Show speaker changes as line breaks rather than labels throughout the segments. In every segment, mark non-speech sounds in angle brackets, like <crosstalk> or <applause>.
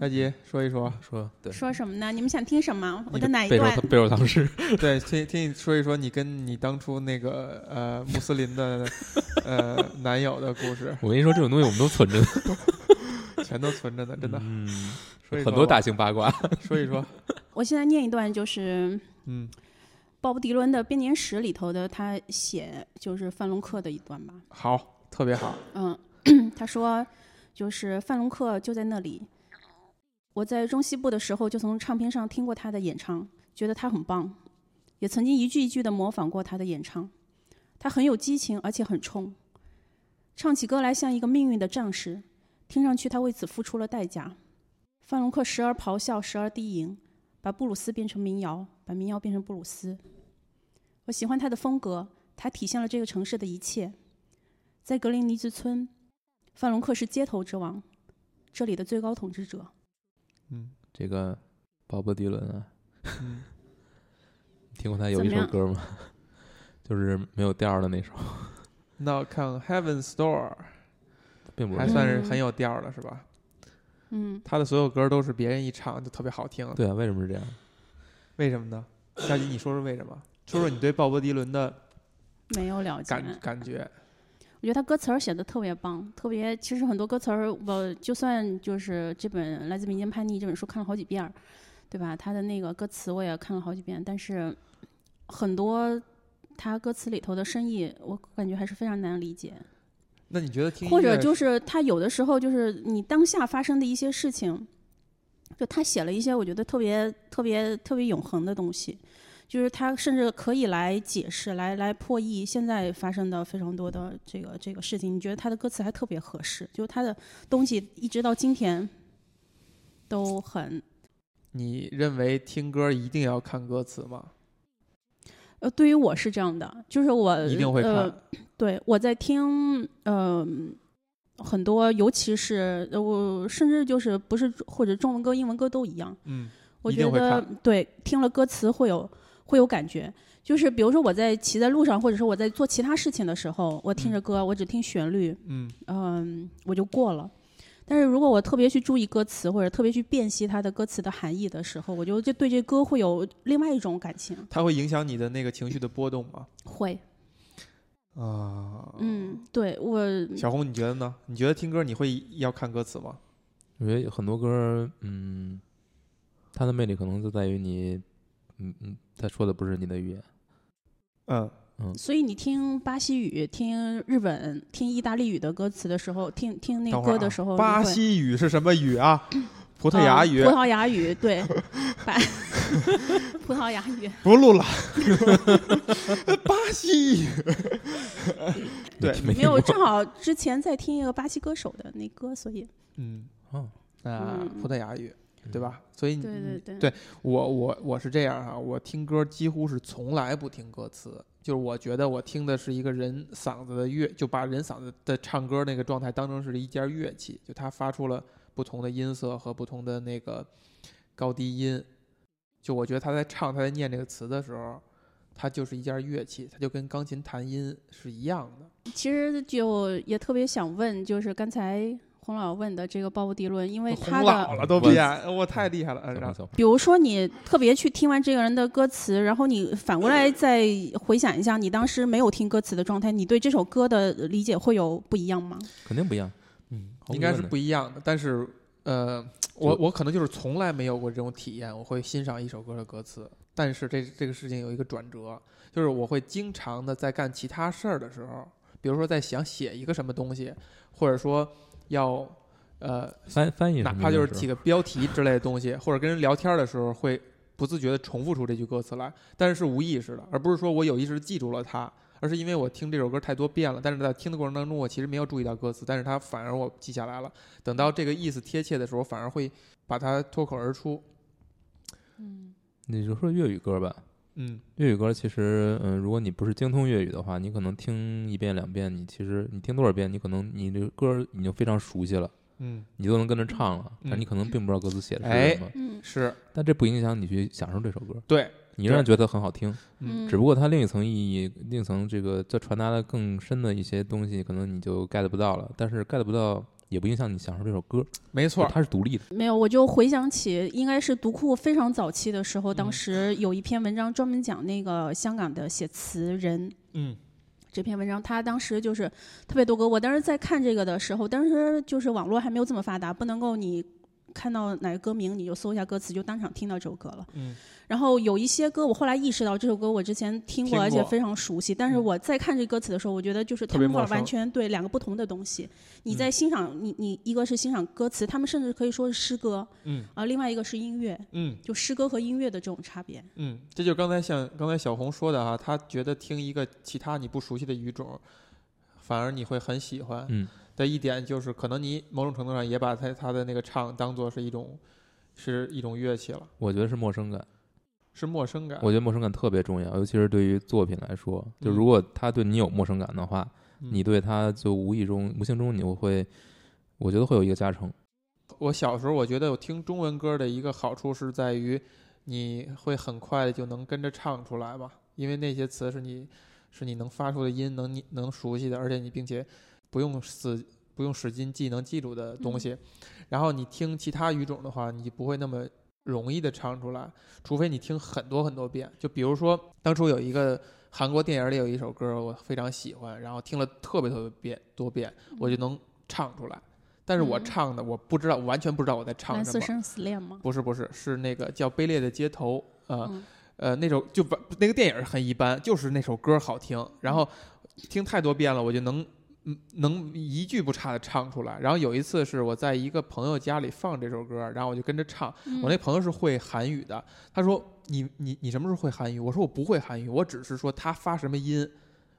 大吉说一
<laughs>
说，
说对，
说什么呢？你们想听什么？我的哪一
背
段
着？背着唐诗，
对，听听你说一说你跟你当初那个呃穆斯林的呃男友的故事，
我跟你说这种东西我们都存着 <laughs> 呢，
全都存着呢，真的。
嗯，
说一说
很
吧
多大型八卦，
说一
<laughs>
说，
我现在念一段，就是
嗯
鲍勃迪伦的《编年史》里头的，他写就是范龙克的一段吧。
好，特别好，
嗯， <clears throat> 他说就是范龙克就在那里。我在中西部的时候就从唱片上听过他的演唱，觉得他很棒，也曾经一句一句的模仿过他的演唱。他很有激情，而且很冲，唱起歌来像一个命运的战士。听上去他为此付出了代价。范龙克时而咆哮，时而低吟，把布鲁斯变成民谣，把民谣变成布鲁斯。我喜欢他的风格，他体现了这个城市的一切。在格林尼治村，范龙克是街头之王，这里的最高统治者。
嗯
这个鲍勃迪伦啊，
嗯，
听过他有
怎
一
么
首
样
歌吗？ <laughs> 就是没有调儿的那首，
那看 Heaven's Door
并不
还
是
算是很有调儿的，是吧？
嗯，
他的所有歌都是别人一唱就特别好听，
对啊，为什么是这样？
为什么呢？大吉，你说说为什么？说说你对鲍勃迪伦的
没有了解。
感感觉。
我觉得他歌词儿写的特别棒，特别其实很多歌词儿，我就算就是这本《来自民间叛逆》这本书看了好几遍儿，对吧？他的那个歌词我也看了好几遍，但是很多他歌词里头的深意，我感觉还是非常难理解。
那你觉得听音
或者
乐
就是他有的时候就是你当下发生的一些事情，就他写了一些我觉得特别特别特别永恒的东西，就是他甚至可以来解释来来破译现在发生的非常多的这个这个事情。你觉得他的歌词还特别合适，就是他的东西一直到今天都很
你认为听歌一定要看歌词吗？
呃，对于我是这样的，就是我
一定会看。
呃对，我在听，嗯、很多，尤其是呃我甚至就是不是或者中文歌、英文歌都一样，
嗯，
我
一
觉
定会
得
看
对听了歌词会有会有感觉。就是比如说我在骑在路上，或者说我在做其他事情的时候，我听着歌，我只听旋律，
嗯
嗯，我就过了。但是如果我特别去注意歌词，或者特别去辨析它的歌词的含义的时候，我就就对这歌会有另外一种感情。
它会影响你的那个情绪的波动吗？
会，
啊，，
嗯，对我
小红，你觉得呢？你觉得听歌你会要看歌词吗？
我觉得很多歌儿，嗯，它的魅力可能就在于你，嗯嗯，他说的不是你的语言，
嗯，
所以你听巴西语、听日本、听意大利语的歌词的时候，听听那
等
个
会儿啊
歌的时候，
巴
你会
西语是什么语
<coughs>
啊？葡萄
啊
牙语
葡。萄牙语，对，
<laughs>
巴葡萄牙语，
不录
<laughs>
了，巴西语。对
没
没有，正好之前在听一个巴西歌手的那歌，所以
嗯，
哦，
啊，
嗯
葡萄牙语，对吧？所以你
对对对
对我我我是这样啊，我听歌几乎是从来不听歌词，就是我觉得我听的是一个人嗓子的乐，就把人嗓子的唱歌那个状态当成是一件乐器，就它发出了不同的音色和不同的那个高低音。就我觉得他在唱他在念这个词的时候，它就是一件乐器，它就跟钢琴弹音是一样的。
其实就也特别想问，就是刚才洪老问的这个鲍勃迪伦，因为
红
他的
老了都变，我太厉害了。呃
小
然
红
后
小红
比如说，你特别去听完这个人的歌词，然后你反过来再回想一下你当时没有听歌词的状态，你对这首歌的理解会有不一样吗？
肯定不一样，
嗯
毫无
应该
疑
是
问的
不一样的。但是，呃，我
就
我可能就是从来没有过这种体验，我会欣赏一首歌的歌词，但是这这个事情有一个转折，就是我会经常的在干其他事儿的时候，比如说在想写一个什么东西，或者说要呃，
翻翻译什
哪
么
怕
意
就是
思
起个标题之类的东西，或者跟人聊天的时候会不自觉的重复出这句歌词来，但是是无意识的，而不是说我有意识地记住了它。而是因为我听这首歌太多遍了，但是在听的过程当中，我其实没有注意到歌词，但是它反而我记下来了。等到这个意思贴切的时候，反而会把它脱口而出。
嗯，
你就说粤语歌吧，
嗯
粤语歌其实，嗯，如果你不是精通粤语的话，你可能听一遍两遍，你其实你听多少遍，你可能你这歌儿已经非常熟悉了，
嗯，
你都能跟着唱了，但
嗯
你可能并不知道歌词写的
哎
是什么，
嗯
是
但这不影响你去享受这首歌，
对，
你仍然觉得很好听，
嗯
只不过它另一层意义，另一层这个这传达的更深的一些东西，可能你就 get 不到了，但是 get 不到。也不影响你享受这首歌，
没错，
它是独立的。
没有，我就回想起应该是读库非常早期的时候，
嗯
当时有一篇文章专门讲那个香港的写词人，
嗯，
这篇文章，他当时就是特别多歌。我当时在看这个的时候，当时就是网络还没有这么发达，不能够你看到哪个歌名你就搜一下歌词，就当场听到这首歌了。
嗯。
然后有一些歌，我后来意识到这首歌我之前听
听
过，而且
过
非常熟悉。但是
嗯
我在看这歌词的时候，我觉得就是
特
他
别
们
陌
完
生
全对两个不同的东西。你
嗯
在欣赏你你一个是欣赏歌词，他们甚至可以说是诗歌，
嗯
而另外一个是音乐，
嗯
就诗歌和音乐的这种差别。
嗯，这就刚才像刚才小红说的哈，她觉得听一个其他你不熟悉的语种，反而你会很喜欢。
嗯，
的一点就是，可能你某种程度上也把他他的那个唱当做是一种是一种乐器了，
我觉得是陌生感，
啊是陌生感。
我觉得陌生感特别重要，尤其是对于作品来说，
嗯
就如果他对你有陌生感的话，
嗯
你对他就无意中、无形中你会，我觉得会有一个加成。
我小时候我觉得我听中文歌的一个好处是在于，你会很快的就能跟着唱出来吧，因为那些词是你是你能发出的音，能你能熟悉的，而且你并且不用死不用使劲记能记住的东西。然后你听其他语种的话，你不会那么容易的唱出来，除非你听很多很多遍。就比如说当初有一个。韩国电影里有一首歌我非常喜欢，然后听了特别特别遍多遍，我就能唱出来。但是我
嗯
唱的我不知道，完全不知道我在唱
蓝
什
色
么。
生死恋吗？
不是不是，是那个叫《卑劣的街头》呃、
嗯
呃，那首就不那个电影很一般，就是那首歌好听，然后听太多遍了，我就能嗯能一句不差的唱出来。然后有一次是我在一个朋友家里放这首歌，然后我就跟着唱。
嗯
我那朋友是会韩语的，他说你你你什么时候会韩语？我说我不会韩语，我只是说他发什么音，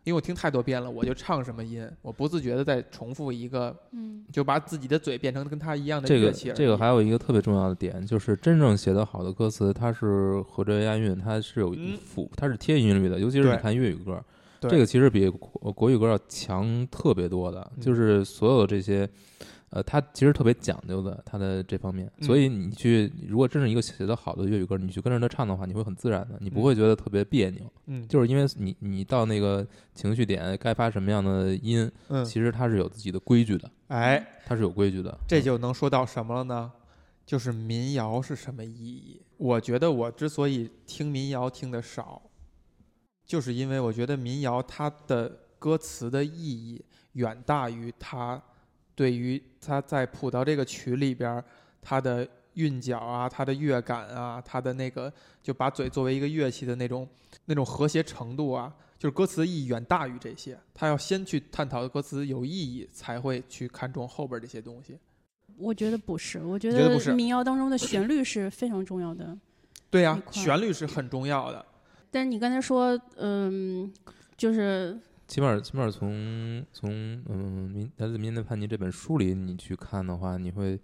因为我听太多遍了，我就唱什么音，我不自觉的在重复一个，
嗯
就把自己的嘴变成跟他一样的
这
乐
个
器而已。
这个还有一个特别重要的点，就是真正写得好的歌词，它是合辙押韵，它是有
嗯
符，它是贴韵律的。尤其是你
对
看粤语歌，
对
这个其实比国国语歌要强特别多的，
嗯
就是所有这些。呃，它其实特别讲究的，它的这方面，
嗯
所以你去，如果真是一个写得好的粤语歌，你去跟着他唱的话，你会很自然的，你不会觉得特别别扭，
嗯
就是因为你你到那个情绪点该发什么样的音，
嗯，
其实它是有自己的规矩的，
哎，
它是有规矩的。嗯
这就能说到什么了呢？就是民谣是什么意义？我觉得我之所以听民谣听的少，就是因为我觉得民谣它的歌词的意义远大于它对于它在谱到这个曲里边儿它的韵脚啊、它的乐感啊、它的那个就把嘴作为一个乐器的那种那种和谐程度啊，就是歌词的意义远大于这些。他要先去探讨歌词有意义，才会去看重后边儿这些东西。
我觉得不是，我觉
你觉得不是
得民谣当中的旋律是非常重要的。
对呀、
一块儿
旋律是很重要的。
但是你刚才说，嗯，就是
起码起码从从嗯《民来自民间的叛逆》这本书里你去看的话，你会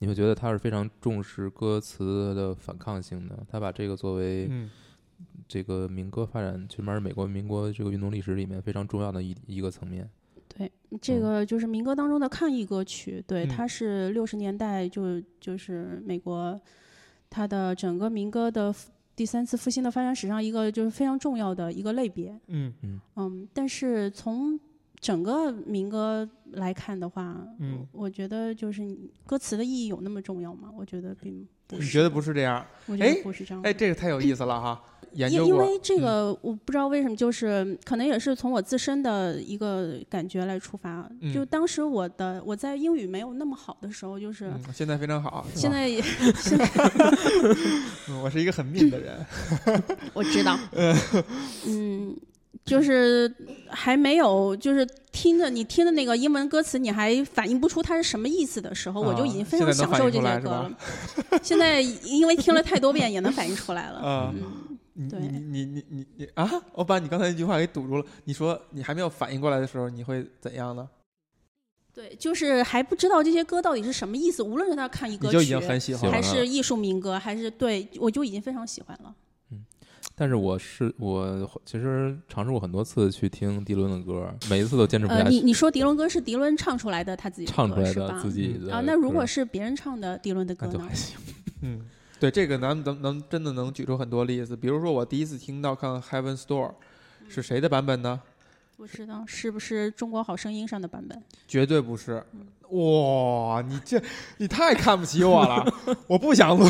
你会觉得他是非常重视歌词的反抗性的，他把这个作为
嗯
这个民歌发展，起码是美国民国这个运动历史里面非常重要的一一个层面。
对这个就是民歌当中的抗议歌曲，对，
嗯
它是六十年代就就是美国它的整个民歌的复第三次复兴的发展史上一个就是非常重要的一个类别。
嗯
嗯，但是从整个民歌来看的话，
嗯
我，我觉得就是你歌词的意义有那么重要吗？我觉得并不
你
是，
觉得不是这样？
我觉
哎
得不是这样。
哎，这个太有意思了哈！研
因
究
因
过，嗯
为这个，我不知道为什么，就是可能也是从我自身的一个感觉来出发。
嗯
就当时我的我在英语没有那么好的时候，就是
嗯，现在非常好。是吧
现、
<laughs>
在也
嗯我是一个很命的
<laughs>
人。
我知道， <laughs> 嗯，就是还没有，就是听着你听的那个英文歌词，你还反应不出它是什么意思的时候，我
啊
就已经非常享受这些歌了。
<laughs>
现在因为听了太多遍，也能反应出来了。
啊、
嗯，
你
对
你你你你你啊！我把你刚才那句话给堵住了。你说你还没有反应过来的时候，你会怎样呢？
对，就是还不知道这些歌到底是什么意思，无论是它抗议
你
歌
就已
曲
经。很喜欢
喜
了
哦
欢。
还
了
是艺术民歌，还是对我就已经非常喜欢了。
但是我是我其实尝试过很多次去听迪伦的歌，每一次都坚持不
呃，
下去。
你你说迪伦歌是迪伦唱出来的他自己的
唱出
歌
来
是
的
吧？
自己的
啊，那如
歌
果是别人唱的迪伦的歌
那就
呢
还？行。
嗯，对，这个咱们咱们咱们真的能举出很多例子。比如说，我第一次听到看《Heaven Store》是谁的版本呢？
不知道是不是《中国好声音》上的版本？
绝对不是。哇，你这你太看不起我了，我不想录，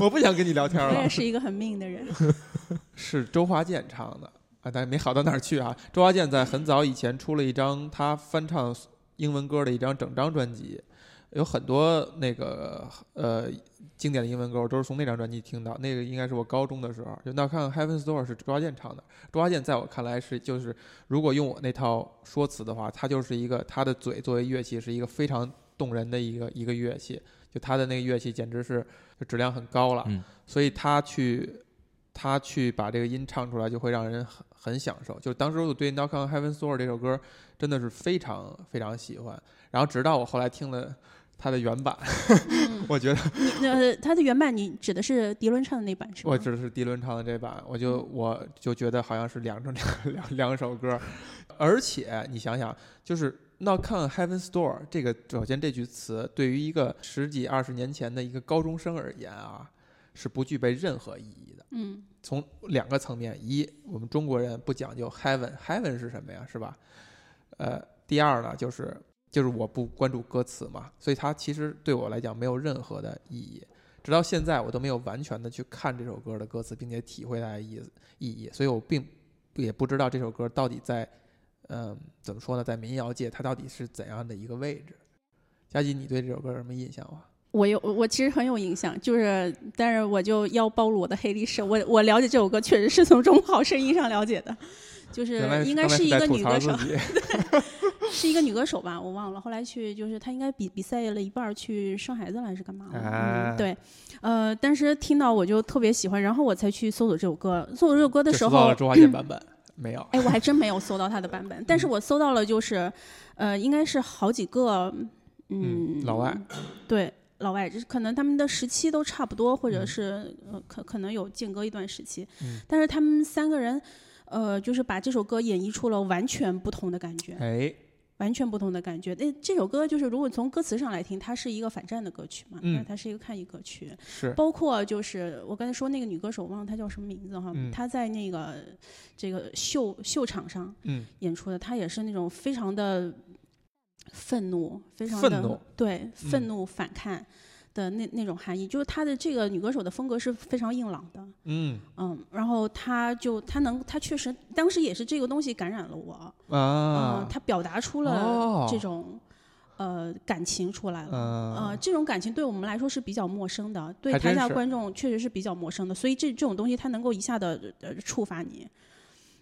我不想跟你聊天
我也
了。
是一个很命的人。 <laughs>
是周华健唱的啊，但没好到哪儿去啊。周华健在很早以前出了一张他翻唱英文歌的一张整张专辑，有很多那个呃经典的英文歌，我都是从那张专辑听到。那个应该是我高中的时候，就那看《Heaven's Door》是周华健唱的。周华健在我看来是就是，如果用我那套说辞的话，他就是一个他的嘴作为乐器是一个非常动人的一个一个乐器，就他的那个乐器简直是就质量很高了，
嗯
所以他去他去把这个音唱出来，就会让人很很享受。就当时我对《Knock on Heaven's Door》这首歌真的是非常非常喜欢，然后直到我后来听了他的原版，我觉得
你嗯呃，他的原版你指的是迪伦唱的那版是吗？
我指的是迪伦唱的这版，我就我就觉得好像是两种 <laughs> 两两两首歌，而且你想想，就是《Knock on Heaven's Door》这个，首先这句词对于一个十几二十年前的一个高中生而言啊，是不具备任何意义的。
嗯，
从两个层面：一，我们中国人不讲究 heaven，heaven 是什么呀？是吧？呃，第二呢，就是就是我不关注歌词嘛，所以它其实对我来讲没有任何的意义。直到现在，我都没有完全的去看这首歌的歌词，并且体会它的意思意义，所以我并也不知道这首歌到底在，嗯、怎么说呢，在民谣界它到底是怎样的一个位置。佳琪，你对这首歌有什么印象吗？
我有我其实很有影响，就是但是我就要暴露我的黑历史。我我了解这首歌确实是从《中国好声音》上了解的，就是
原来
应该
刚才
是一
在
个
吐
女
槽
歌
自
手，
己
是一个女歌手吧，我忘了。后来去就是她应该比比赛了一半儿去生孩子了还是干嘛了？
啊
嗯，对，呃，但是听到我就特别喜欢，然后我才去搜索这首歌。搜索这首歌的
就
时
搜到
候
了，周华
<clears throat>
健版本，没有。
哎，我还真没有搜到他的版本，
嗯
但是我搜到了，就是，呃，应该是好几个，嗯，
嗯老外，
对，老外，就是可能他们的时期都差不多，或者
嗯
是、呃，可可能有间隔一段时期，
嗯
但是他们三个人，呃，就是把这首歌演绎出了完全不同的感觉，
哎，
完全不同的感觉。那这首歌就是，如果从歌词上来听，它是一个反战的歌曲嘛，
嗯
它是一个抗议歌曲，
是
包括就是我刚才说那个女歌手，我忘了她叫什么名字哈，
嗯
她在那个这个秀秀场上，
嗯，
演出的，她也是那种非常的愤怒，非常的
愤怒
对愤
嗯
怒反抗的那那种含义，就是她的这个女歌手的风格是非常硬朗的，
嗯
嗯，然后她就她能，她确实当时也是这个东西感染了我，嗯
啊，，
她表达出
哦
了这种、呃感情出来了，
嗯
呃，这种感情对我们来说是比较陌生的，对
还真
台下
是
观众确实是比较陌生的，所以这这种东西它能够一下的呃触发你。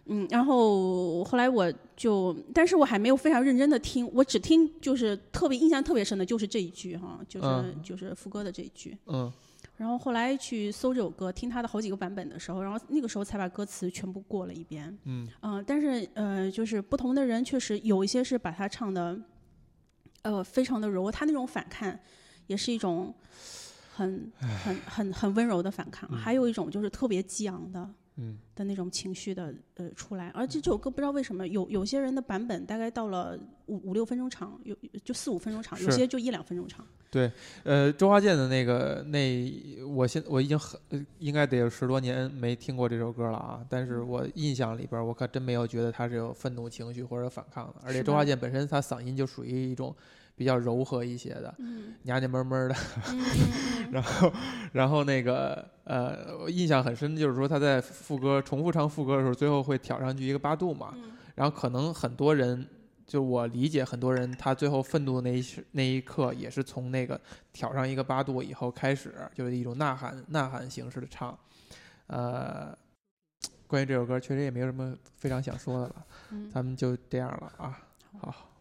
嗯，然后后来我就，但是我还没有非常认真的听，我只听就是特别印象特别深的就是这一句哈，就是、
嗯
就是副歌的这一句。
嗯，
然后后来去搜这首歌，听它的好几个版本的时候，然后那个时候才把歌词全部过了一遍。
嗯
呃，但是呃，就是不同的人确实有一些是把它唱的，呃，非常的柔弱，他那种反抗也是一种很很很很温柔的反抗，还有一种就是特别激昂的，
嗯，
的那种情绪的呃出来。而且这首歌不知道为什么有有些人的版本大概到了五五六分钟长，有就四五分钟长，有
是
些就一两分钟长。
呃，周华健的那个那，我现我已经很呃应该得有十多年没听过这首歌了啊，但
嗯
是我印象里边儿，我可真没有觉得他是有愤怒情绪或者反抗的，而且
是
周
吧
华健本身他嗓音就属于一种比较柔和一些的，
嗯
娘娘闷闷的， <laughs>
嗯嗯
然后，然后那个呃，我印象很深，就是说他在副歌重复唱副歌的时候，最后会挑上去一个八度嘛。
嗯
然后可能很多人，就我理解，很多人他最后愤怒的那一时那一刻，也是从那个挑上一个八度以后开始，就是一种呐喊呐喊形式的唱。呃，关于这首歌，确实也没有什么非常想说的了，
嗯，
咱们就这样了啊。好，